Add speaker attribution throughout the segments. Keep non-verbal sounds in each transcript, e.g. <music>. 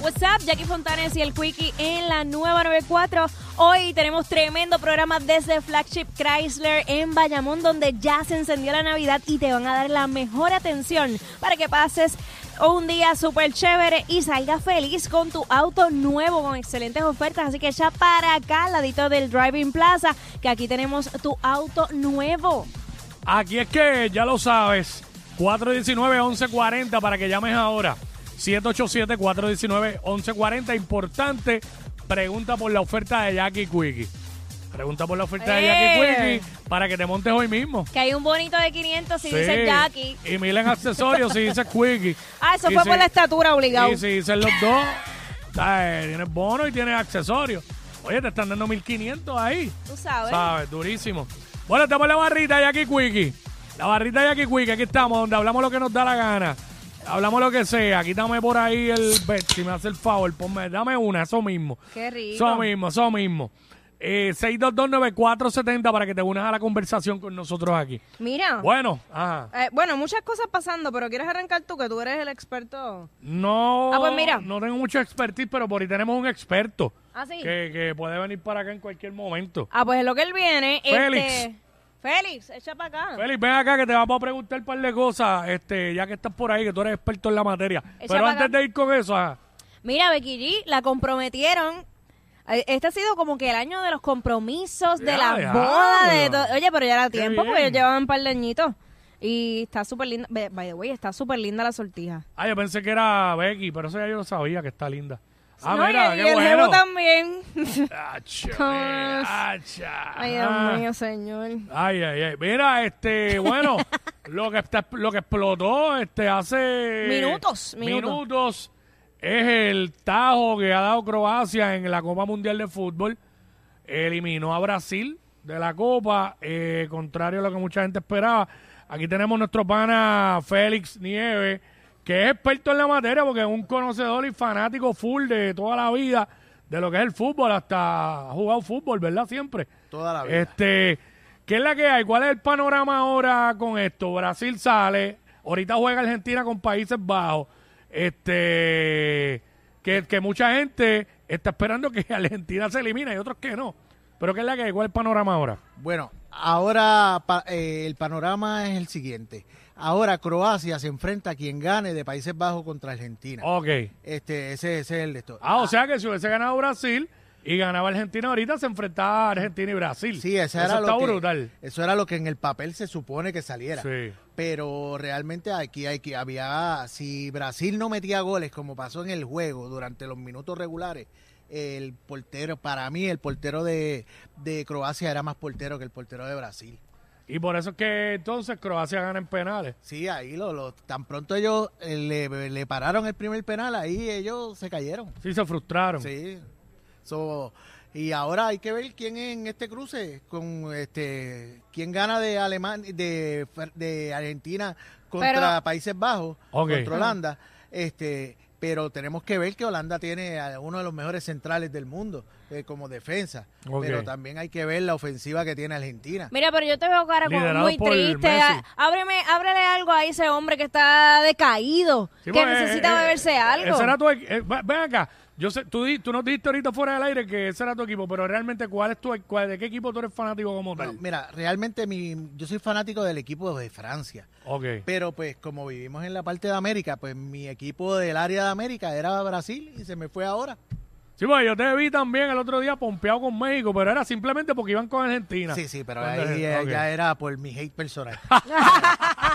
Speaker 1: What's up, Jackie Fontanes y el Quickie en la nueva 94. Hoy tenemos tremendo programa desde Flagship Chrysler en Bayamón, donde ya se encendió la Navidad y te van a dar la mejor atención para que pases un día súper chévere y salgas feliz con tu auto nuevo con excelentes ofertas. Así que ya para acá, al ladito del Driving Plaza, que aquí tenemos tu auto nuevo.
Speaker 2: Aquí es que ya lo sabes. 419-1140 para que llames ahora. 787-419-1140. Importante, pregunta por la oferta de Jackie Quickie. Pregunta por la oferta de Jackie
Speaker 1: ¡Eh!
Speaker 2: Quickie para que te montes hoy mismo.
Speaker 1: Que hay un bonito de 500 si
Speaker 2: Sí.
Speaker 1: dices Jackie.
Speaker 2: Y mil en accesorios si dices Quickie.
Speaker 1: <laughs> Ah, eso
Speaker 2: Y
Speaker 1: fue
Speaker 2: si-
Speaker 1: por la estatura obligado.
Speaker 2: Y si dices los dos, eh, tienes bono y tienes accesorios. Oye, te están dando 1500 ahí.
Speaker 1: Tú sabes.
Speaker 2: ¿Sabes? Durísimo. Bueno, estamos en la barrita de Jackie Quickie. La barrita de Jackie Quickie, aquí estamos, donde hablamos lo que nos da la gana. Hablamos lo que sea. Quítame por ahí el bet, si me hace el favor. Ponme, dame una, eso mismo.
Speaker 1: Qué rico.
Speaker 2: Eso mismo, eso mismo. Eh, 6229470 para que te unas a la conversación con nosotros aquí.
Speaker 3: Mira,
Speaker 2: Bueno, ajá.
Speaker 3: eh, bueno, muchas cosas pasando, pero quieres arrancar tú, que tú eres el experto.
Speaker 2: No,
Speaker 3: Ah, pues mira.
Speaker 2: no tengo mucho expertise, pero por ahí tenemos un experto
Speaker 3: Ah, sí.
Speaker 2: que, que puede venir para acá en cualquier momento.
Speaker 3: Ah, pues es lo que él viene.
Speaker 2: Félix.
Speaker 3: Este, Félix, echa para acá.
Speaker 2: Félix, ven acá que te vamos a preguntar un par de cosas, este, ya que estás por ahí, que tú eres experto en la materia.
Speaker 1: Echa
Speaker 2: Pero
Speaker 1: pa'
Speaker 2: antes
Speaker 1: acá.
Speaker 2: de ir con eso, ah, ajá,
Speaker 1: Mira, Becky G, la comprometieron. Eh, Este ha sido como que el año de los compromisos, de
Speaker 2: Ya,
Speaker 1: la
Speaker 2: ya.
Speaker 1: boda, de todo. Oye, pero ya era
Speaker 2: Qué
Speaker 1: tiempo, porque
Speaker 2: bien.
Speaker 1: yo llevaba un par de añitos. Y está súper linda. Ve- By the way, está súper linda la sortija.
Speaker 2: ah, yo pensé que era Becky, pero eso ya yo lo sabía que está linda. Ah,
Speaker 3: No, y
Speaker 2: mira,
Speaker 3: el- y
Speaker 2: qué
Speaker 3: el
Speaker 2: bueno.
Speaker 3: jevo también. <laughs>
Speaker 2: Acha,
Speaker 3: Ah,
Speaker 2: eh,
Speaker 3: sí.
Speaker 2: acha,
Speaker 3: Ay,
Speaker 2: ajá.
Speaker 3: Dios mío, señor.
Speaker 2: Ay, ay, ay. Mira, este,
Speaker 3: <laughs>
Speaker 2: bueno, lo que está- lo que explotó este hace
Speaker 3: Minutos, minutos.
Speaker 2: minutos es el tajo que ha dado Croacia en la Copa Mundial de Fútbol. Eliminó a Brasil de la Copa, eh, contrario a lo que mucha gente esperaba. Aquí tenemos nuestro pana Félix Nieves, que es experto en la materia porque es un conocedor y fanático full de toda la vida de lo que es el fútbol, hasta ha jugado fútbol, ¿verdad? Siempre.
Speaker 4: Toda la vida.
Speaker 2: Este, ¿qué es la que hay? ¿Cuál es el panorama ahora con esto? Brasil sale, ahorita juega Argentina con Países Bajos. Este, que, que mucha gente está esperando que <laughs> Argentina se elimine y otros que no. Pero ¿qué es la que hay? ¿Cuál es el panorama ahora?
Speaker 4: Bueno, ahora pa- eh, el panorama es el siguiente. Ahora Croacia se enfrenta a quien gane de Países Bajos contra Argentina.
Speaker 2: Ok.
Speaker 4: Este, ese, ese es el de esto.
Speaker 2: Oh. Ah, o sea que si hubiese ganado Brasil y ganaba Argentina ahorita, se enfrentaba a Argentina y Brasil.
Speaker 4: Sí, ese
Speaker 2: Eso
Speaker 4: era
Speaker 2: está
Speaker 4: lo que,
Speaker 2: brutal.
Speaker 4: Eso era lo que en el papel se supone que saliera.
Speaker 2: Sí.
Speaker 4: Pero realmente aquí hay que había si Brasil no metía goles como pasó en el juego durante los minutos regulares, el portero para mí el portero de, de Croacia era más portero que el portero de Brasil.
Speaker 2: Y por eso es que entonces Croacia gana en penales.
Speaker 4: Sí, ahí lo, lo- tan pronto ellos eh, le, le pararon el primer penal, ahí ellos se cayeron.
Speaker 2: Sí, se frustraron.
Speaker 4: Sí. So, y ahora hay que ver quién en este cruce con este quién gana de Alemania de, de Argentina contra
Speaker 3: Pero-
Speaker 4: Países Bajos,
Speaker 2: Ok.
Speaker 4: contra Holanda, este pero tenemos que ver que Holanda tiene a uno de los mejores centrales del mundo eh, como defensa,
Speaker 2: Ok.
Speaker 4: pero también hay que ver la ofensiva que tiene Argentina.
Speaker 1: Mira, pero yo te veo cara como
Speaker 2: Liderado
Speaker 1: muy
Speaker 2: por
Speaker 1: triste.
Speaker 2: Messi.
Speaker 1: Ah, Ábreme, ábrele algo a ese hombre que está decaído,
Speaker 2: Sí,
Speaker 1: que
Speaker 2: porque,
Speaker 1: necesita
Speaker 2: eh,
Speaker 1: beberse
Speaker 2: eh,
Speaker 1: algo.
Speaker 2: Ese era tu equi- eh, ve- ven acá. Yo sé, tú, di- tú nos dijiste ahorita fuera del aire que ese era tu equipo, pero realmente, ¿cuál es tu, cuál, ¿de qué equipo tú eres fanático como
Speaker 4: No,
Speaker 2: tal?
Speaker 4: mira, realmente mi, yo soy fanático del equipo de Francia.
Speaker 2: ok.
Speaker 4: Pero pues como vivimos en la parte de América, pues mi equipo del área de América era Brasil y se me fue ahora.
Speaker 2: Sí, porque yo te vi también el otro día pompeado con México, pero era simplemente porque iban con Argentina.
Speaker 4: Sí, sí, pero
Speaker 2: Con
Speaker 4: ahí
Speaker 2: Argentina,
Speaker 4: eh,
Speaker 2: ok.
Speaker 4: ya era por mi hate personal.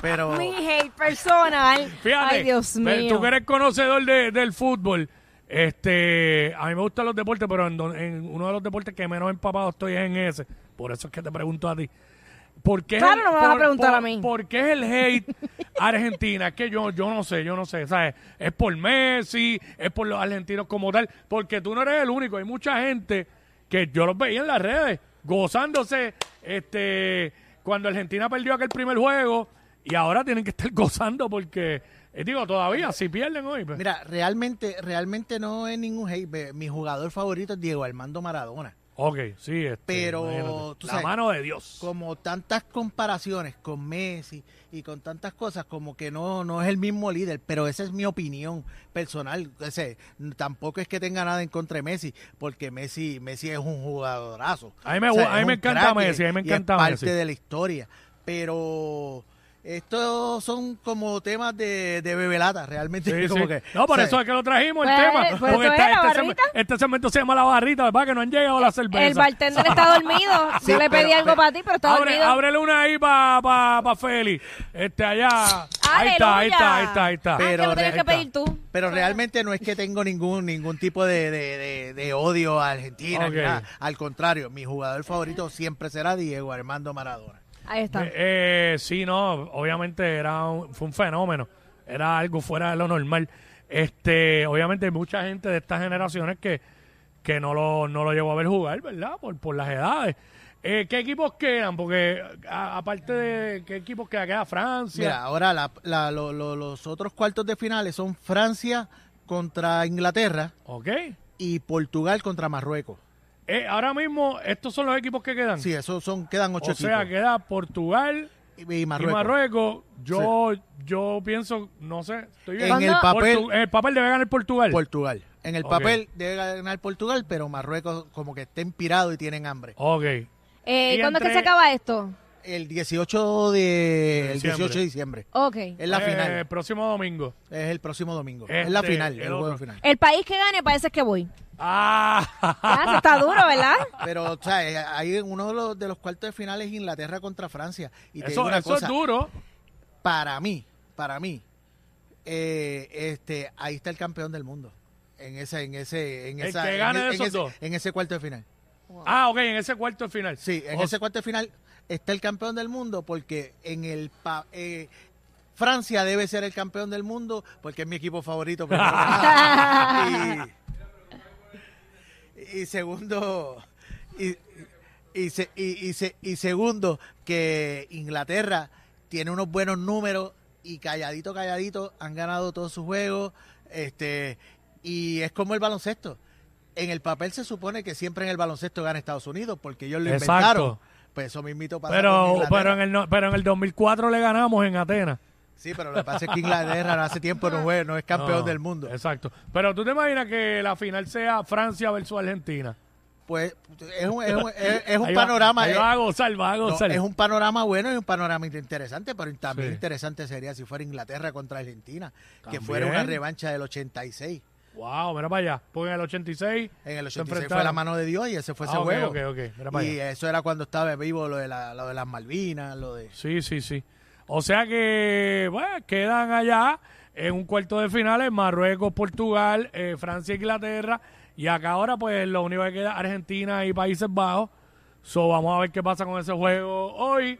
Speaker 4: pero
Speaker 1: Mi hate personal.
Speaker 2: <laughs> Fíjate,
Speaker 1: Ay, Dios
Speaker 2: ve,
Speaker 1: mío.
Speaker 2: tú que eres conocedor de- del fútbol, este, a mí me gustan los deportes, pero en, don- en uno de los deportes que menos empapado estoy es en ese. Por eso es que te pregunto a ti. ¿Por qué es
Speaker 3: Claro,
Speaker 2: el-
Speaker 3: no me vas a
Speaker 2: por-
Speaker 3: preguntar
Speaker 2: por-
Speaker 3: a mí.
Speaker 2: ¿Por qué es el hate a Argentina? Es que yo, yo no sé, yo no sé. ¿sabes? Es por Messi, es por los argentinos como tal. Porque tú no eres el único. Hay mucha gente que yo los veía en las redes gozándose este cuando Argentina perdió aquel primer juego y ahora tienen que estar <laughs> gozando porque, eh, digo, todavía, si pierden hoy. pues.
Speaker 4: mira, realmente, realmente no es ningún hate. Ve, Mi jugador favorito es Diego Armando Maradona.
Speaker 2: Ok, sí. este,
Speaker 4: Pero,
Speaker 2: imagínate.
Speaker 4: tú
Speaker 2: la
Speaker 4: sabes,
Speaker 2: mano de Dios.
Speaker 4: como tantas comparaciones con Messi y con tantas cosas, como que no, no es el mismo líder, pero esa es mi opinión personal. O sea, n- tampoco es que tenga nada en contra de Messi, porque Messi, Messi es un jugadorazo.
Speaker 2: A mí me- a mí
Speaker 4: es
Speaker 2: me
Speaker 4: un
Speaker 2: encanta
Speaker 4: crack y-
Speaker 2: Messi, a mí me
Speaker 4: y
Speaker 2: encanta
Speaker 4: es parte
Speaker 2: Messi.
Speaker 4: de la historia, pero... Estos son como temas de, de bebelata, realmente. <laughs>
Speaker 2: Sí,
Speaker 4: como
Speaker 2: sí.
Speaker 4: que,
Speaker 2: no, por
Speaker 4: o sea,
Speaker 2: eso es que lo trajimos el
Speaker 3: Pues,
Speaker 2: tema.
Speaker 3: pues,
Speaker 2: porque
Speaker 3: ¿tú
Speaker 2: esta-
Speaker 3: eres la
Speaker 2: este, segmento,
Speaker 3: barrita?
Speaker 2: este segmento se llama la barrita, ¿verdad? Que no han llegado las cervezas.
Speaker 3: El
Speaker 2: <laughs>
Speaker 3: bartender está dormido.
Speaker 4: Sí,
Speaker 3: Yo le pedí
Speaker 4: pero-
Speaker 3: algo
Speaker 4: pero-
Speaker 3: para ti, pero está
Speaker 2: Abre-
Speaker 3: dormido.
Speaker 2: ábrele una ahí para pa, pa Feli. Este, allá. Ahí está, ahí está, ahí está, ahí está.
Speaker 3: Ah, que lo tenías
Speaker 4: re-
Speaker 3: que pedir tú.
Speaker 4: Pero realmente no es que tengo ningún ningún tipo de, de- de- de odio a Argentina. ni
Speaker 2: Ok.
Speaker 4: nada. Al contrario, mi jugador favorito siempre será Diego Armando Maradona.
Speaker 3: Ahí está.
Speaker 2: Eh, eh, sí, no, obviamente era un- fue un fenómeno, era algo fuera de lo normal. Este, obviamente hay mucha gente de estas generaciones que, que no lo, no lo llevó a ver jugar, ¿verdad? Por, por las edades. Eh, ¿Qué equipos quedan? Porque a- aparte de qué equipos queda, queda Francia.
Speaker 4: Mira, ahora la- la- lo- lo- los otros cuartos de finales son Francia contra Inglaterra
Speaker 2: Ok.
Speaker 4: y Portugal contra Marruecos.
Speaker 2: Eh, ahora mismo, estos son los equipos que quedan.
Speaker 4: Sí, esos son quedan ocho
Speaker 2: o sea,
Speaker 4: equipos.
Speaker 2: queda Portugal
Speaker 4: Y- y, Marruecos.
Speaker 2: y Marruecos. Yo, yo pienso, no sé, estoy
Speaker 4: En
Speaker 2: viendo-
Speaker 4: el papel-
Speaker 2: Portu- el papel debe ganar Portugal.
Speaker 4: Portugal. En el
Speaker 2: Ok.
Speaker 4: papel debe ganar Portugal, pero Marruecos como que está empirado y tienen hambre.
Speaker 2: ok.
Speaker 3: Eh,
Speaker 2: y
Speaker 3: ¿Cuándo es que se
Speaker 2: entre-
Speaker 3: acaba esto?
Speaker 4: El 18 de, el
Speaker 2: Diciembre.
Speaker 4: 18 de diciembre.
Speaker 3: Ok.
Speaker 4: Es la
Speaker 2: Eh,
Speaker 4: final.
Speaker 2: próximo domingo.
Speaker 4: Es el próximo domingo. es la
Speaker 2: Este,
Speaker 4: final,
Speaker 2: el
Speaker 4: el, juego
Speaker 2: otro.
Speaker 4: final.
Speaker 3: El país que gane parece que voy.
Speaker 2: Ah,
Speaker 3: Ya, se está duro, ¿verdad?
Speaker 4: Pero, o sea, eh, hay uno de los, de los cuartos de final es Inglaterra contra Francia. <laughs> Y te digo
Speaker 2: eso,
Speaker 4: una
Speaker 2: eso
Speaker 4: cosa,
Speaker 2: es duro.
Speaker 4: para mí, para mí, eh, este, ahí está el campeón del mundo. En ese, en ese, en
Speaker 2: El
Speaker 4: esa,
Speaker 2: que
Speaker 4: en
Speaker 2: gane
Speaker 4: e-
Speaker 2: de
Speaker 4: en,
Speaker 2: esos
Speaker 4: ese,
Speaker 2: dos.
Speaker 4: en ese cuarto de final.
Speaker 2: Ah, ok, en ese cuarto de final.
Speaker 4: Sí, en
Speaker 2: O-
Speaker 4: ese cuarto de final está el campeón del mundo porque en el pa- eh, Francia debe ser el campeón del mundo porque es mi equipo favorito. primero que nada. y, y segundo, y, y se- y- y se- y segundo, que Inglaterra tiene unos buenos números y calladito, calladito han ganado todos sus juegos. Este, y es como el baloncesto. En el papel se supone que siempre en el baloncesto gana Estados Unidos porque ellos lo
Speaker 2: Exacto.
Speaker 4: inventaron. Pues eso mismito pasa con
Speaker 2: pero,
Speaker 4: Inglaterra.
Speaker 2: pero, en el, no- pero en el 2004 le ganamos en Atenas.
Speaker 4: Sí, pero lo que pasa es que Inglaterra hace tiempo no, juega, no es
Speaker 2: <laughs>
Speaker 4: campeón
Speaker 2: No,
Speaker 4: del mundo.
Speaker 2: Exacto. Pero tú te imaginas que la final sea Francia versus Argentina.
Speaker 4: Pues es un, es un- es- es un
Speaker 2: Ahí va-
Speaker 4: panorama.
Speaker 2: ahí
Speaker 4: eh,
Speaker 2: va a gozar, va a
Speaker 4: no,
Speaker 2: gozar.
Speaker 4: es un panorama bueno y un panorama inte- interesante, pero también
Speaker 2: Sí.
Speaker 4: interesante sería si fuera Inglaterra contra Argentina,
Speaker 2: También.
Speaker 4: que fuera una revancha del 86.
Speaker 2: Wow, mira para allá. Porque en el 86.
Speaker 4: En el
Speaker 2: se
Speaker 4: 86 fue
Speaker 2: enfrentaron.
Speaker 4: la mano de Dios y ese fue
Speaker 2: Ah,
Speaker 4: ese
Speaker 2: ok,
Speaker 4: juego.
Speaker 2: ok, ok. Mira para
Speaker 4: Y
Speaker 2: allá.
Speaker 4: eso era cuando estaba vivo lo de, la- lo de las Malvinas, lo de...
Speaker 2: Sí, sí, sí. O sea que, bueno, quedan allá en un cuarto de finales Marruecos, Portugal, eh, Francia, Inglaterra. Y acá ahora, pues, lo único que queda Argentina y Países Bajos. So, vamos a ver qué pasa con ese juego hoy.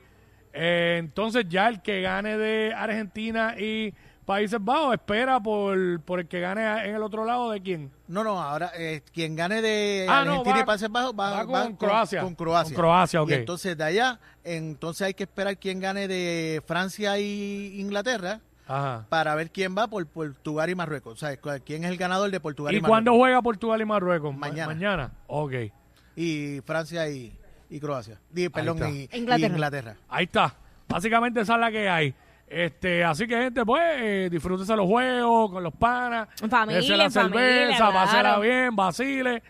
Speaker 2: Eh, entonces, ya el que gane de Argentina y Países Bajos espera por, por el que gane a- en el otro lado de quién.
Speaker 4: No, no, ahora eh, quien gane de
Speaker 2: Ah, no,
Speaker 4: Argentina
Speaker 2: va-
Speaker 4: y Países Bajos va,
Speaker 2: va con
Speaker 4: va
Speaker 2: Croacia.
Speaker 4: Con Croacia.
Speaker 2: Con Croacia, ok.
Speaker 4: Y entonces de allá, entonces hay que esperar quién gane de Francia y Inglaterra
Speaker 2: Ajá.
Speaker 4: para ver quién va por Portugal y Marruecos. O sea, cu- quién es el ganador de Portugal y,
Speaker 2: ¿Y
Speaker 4: Marruecos.
Speaker 2: cuándo juega Portugal y Marruecos? Ma-
Speaker 4: Mañana.
Speaker 2: Mañana. Ok.
Speaker 4: Y Francia y, y Croacia. Di, perdón,
Speaker 2: está.
Speaker 4: y y
Speaker 3: Inglaterra.
Speaker 4: Inglaterra.
Speaker 2: Ahí está. Básicamente esa es la que hay. Este, así que gente, pues, eh, disfrútense los juegos con los panas.
Speaker 3: En familia,
Speaker 2: dése la
Speaker 3: en familia,
Speaker 2: cerveza,
Speaker 3: claro.
Speaker 2: pásela bien, vacile.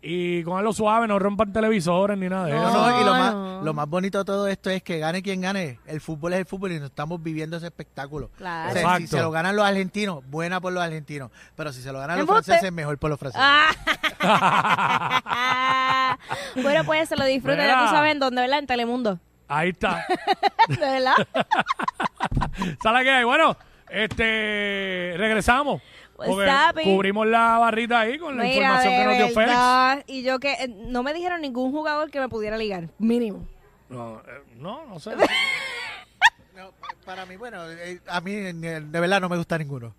Speaker 2: Y con lo suave, no rompan televisores ni nada de
Speaker 4: No,
Speaker 2: eso.
Speaker 4: no, y lo
Speaker 3: No,
Speaker 4: más,
Speaker 3: no.
Speaker 4: lo más bonito de todo esto es que gane quien gane. El fútbol es el fútbol y nos estamos viviendo ese espectáculo.
Speaker 3: Claro.
Speaker 4: O sea, si
Speaker 2: Exacto.
Speaker 4: se lo ganan los argentinos, buena por los argentinos. Pero si se lo ganan los
Speaker 3: Embuste.
Speaker 4: franceses, mejor por los franceses.
Speaker 3: Ah. bueno, pues se lo disfruten, ya
Speaker 2: Mira.
Speaker 3: tú sabes en dónde, ¿verdad?
Speaker 2: <laughs>
Speaker 3: En Telemundo.
Speaker 2: <laughs>
Speaker 3: <laughs>
Speaker 2: Ahí está.
Speaker 3: ¿De verdad?
Speaker 2: esa es la que hay. Bueno, este, regresamos.
Speaker 3: What's
Speaker 2: Porque
Speaker 3: up, eh?
Speaker 2: cubrimos la barrita ahí con la
Speaker 3: Mira,
Speaker 2: información
Speaker 3: de
Speaker 2: que nos dio Félix.
Speaker 3: verdad. Y yo que eh, no me dijeron ningún jugador que me
Speaker 2: <laughs>
Speaker 3: pudiera ligar, <laughs> mínimo.
Speaker 2: No, eh, no, no sé.
Speaker 4: No, pa- para mí, bueno, eh, a mí eh, de verdad no me gusta ninguno.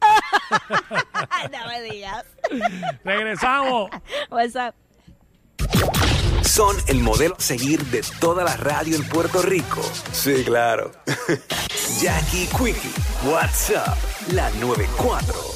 Speaker 3: no me digas.
Speaker 2: regresamos.
Speaker 3: What's up?
Speaker 5: Son el modelo a seguir de toda la radio en Puerto Rico. Sí, <laughs> claro. Jackie Quickie, WhatsApp, la 94.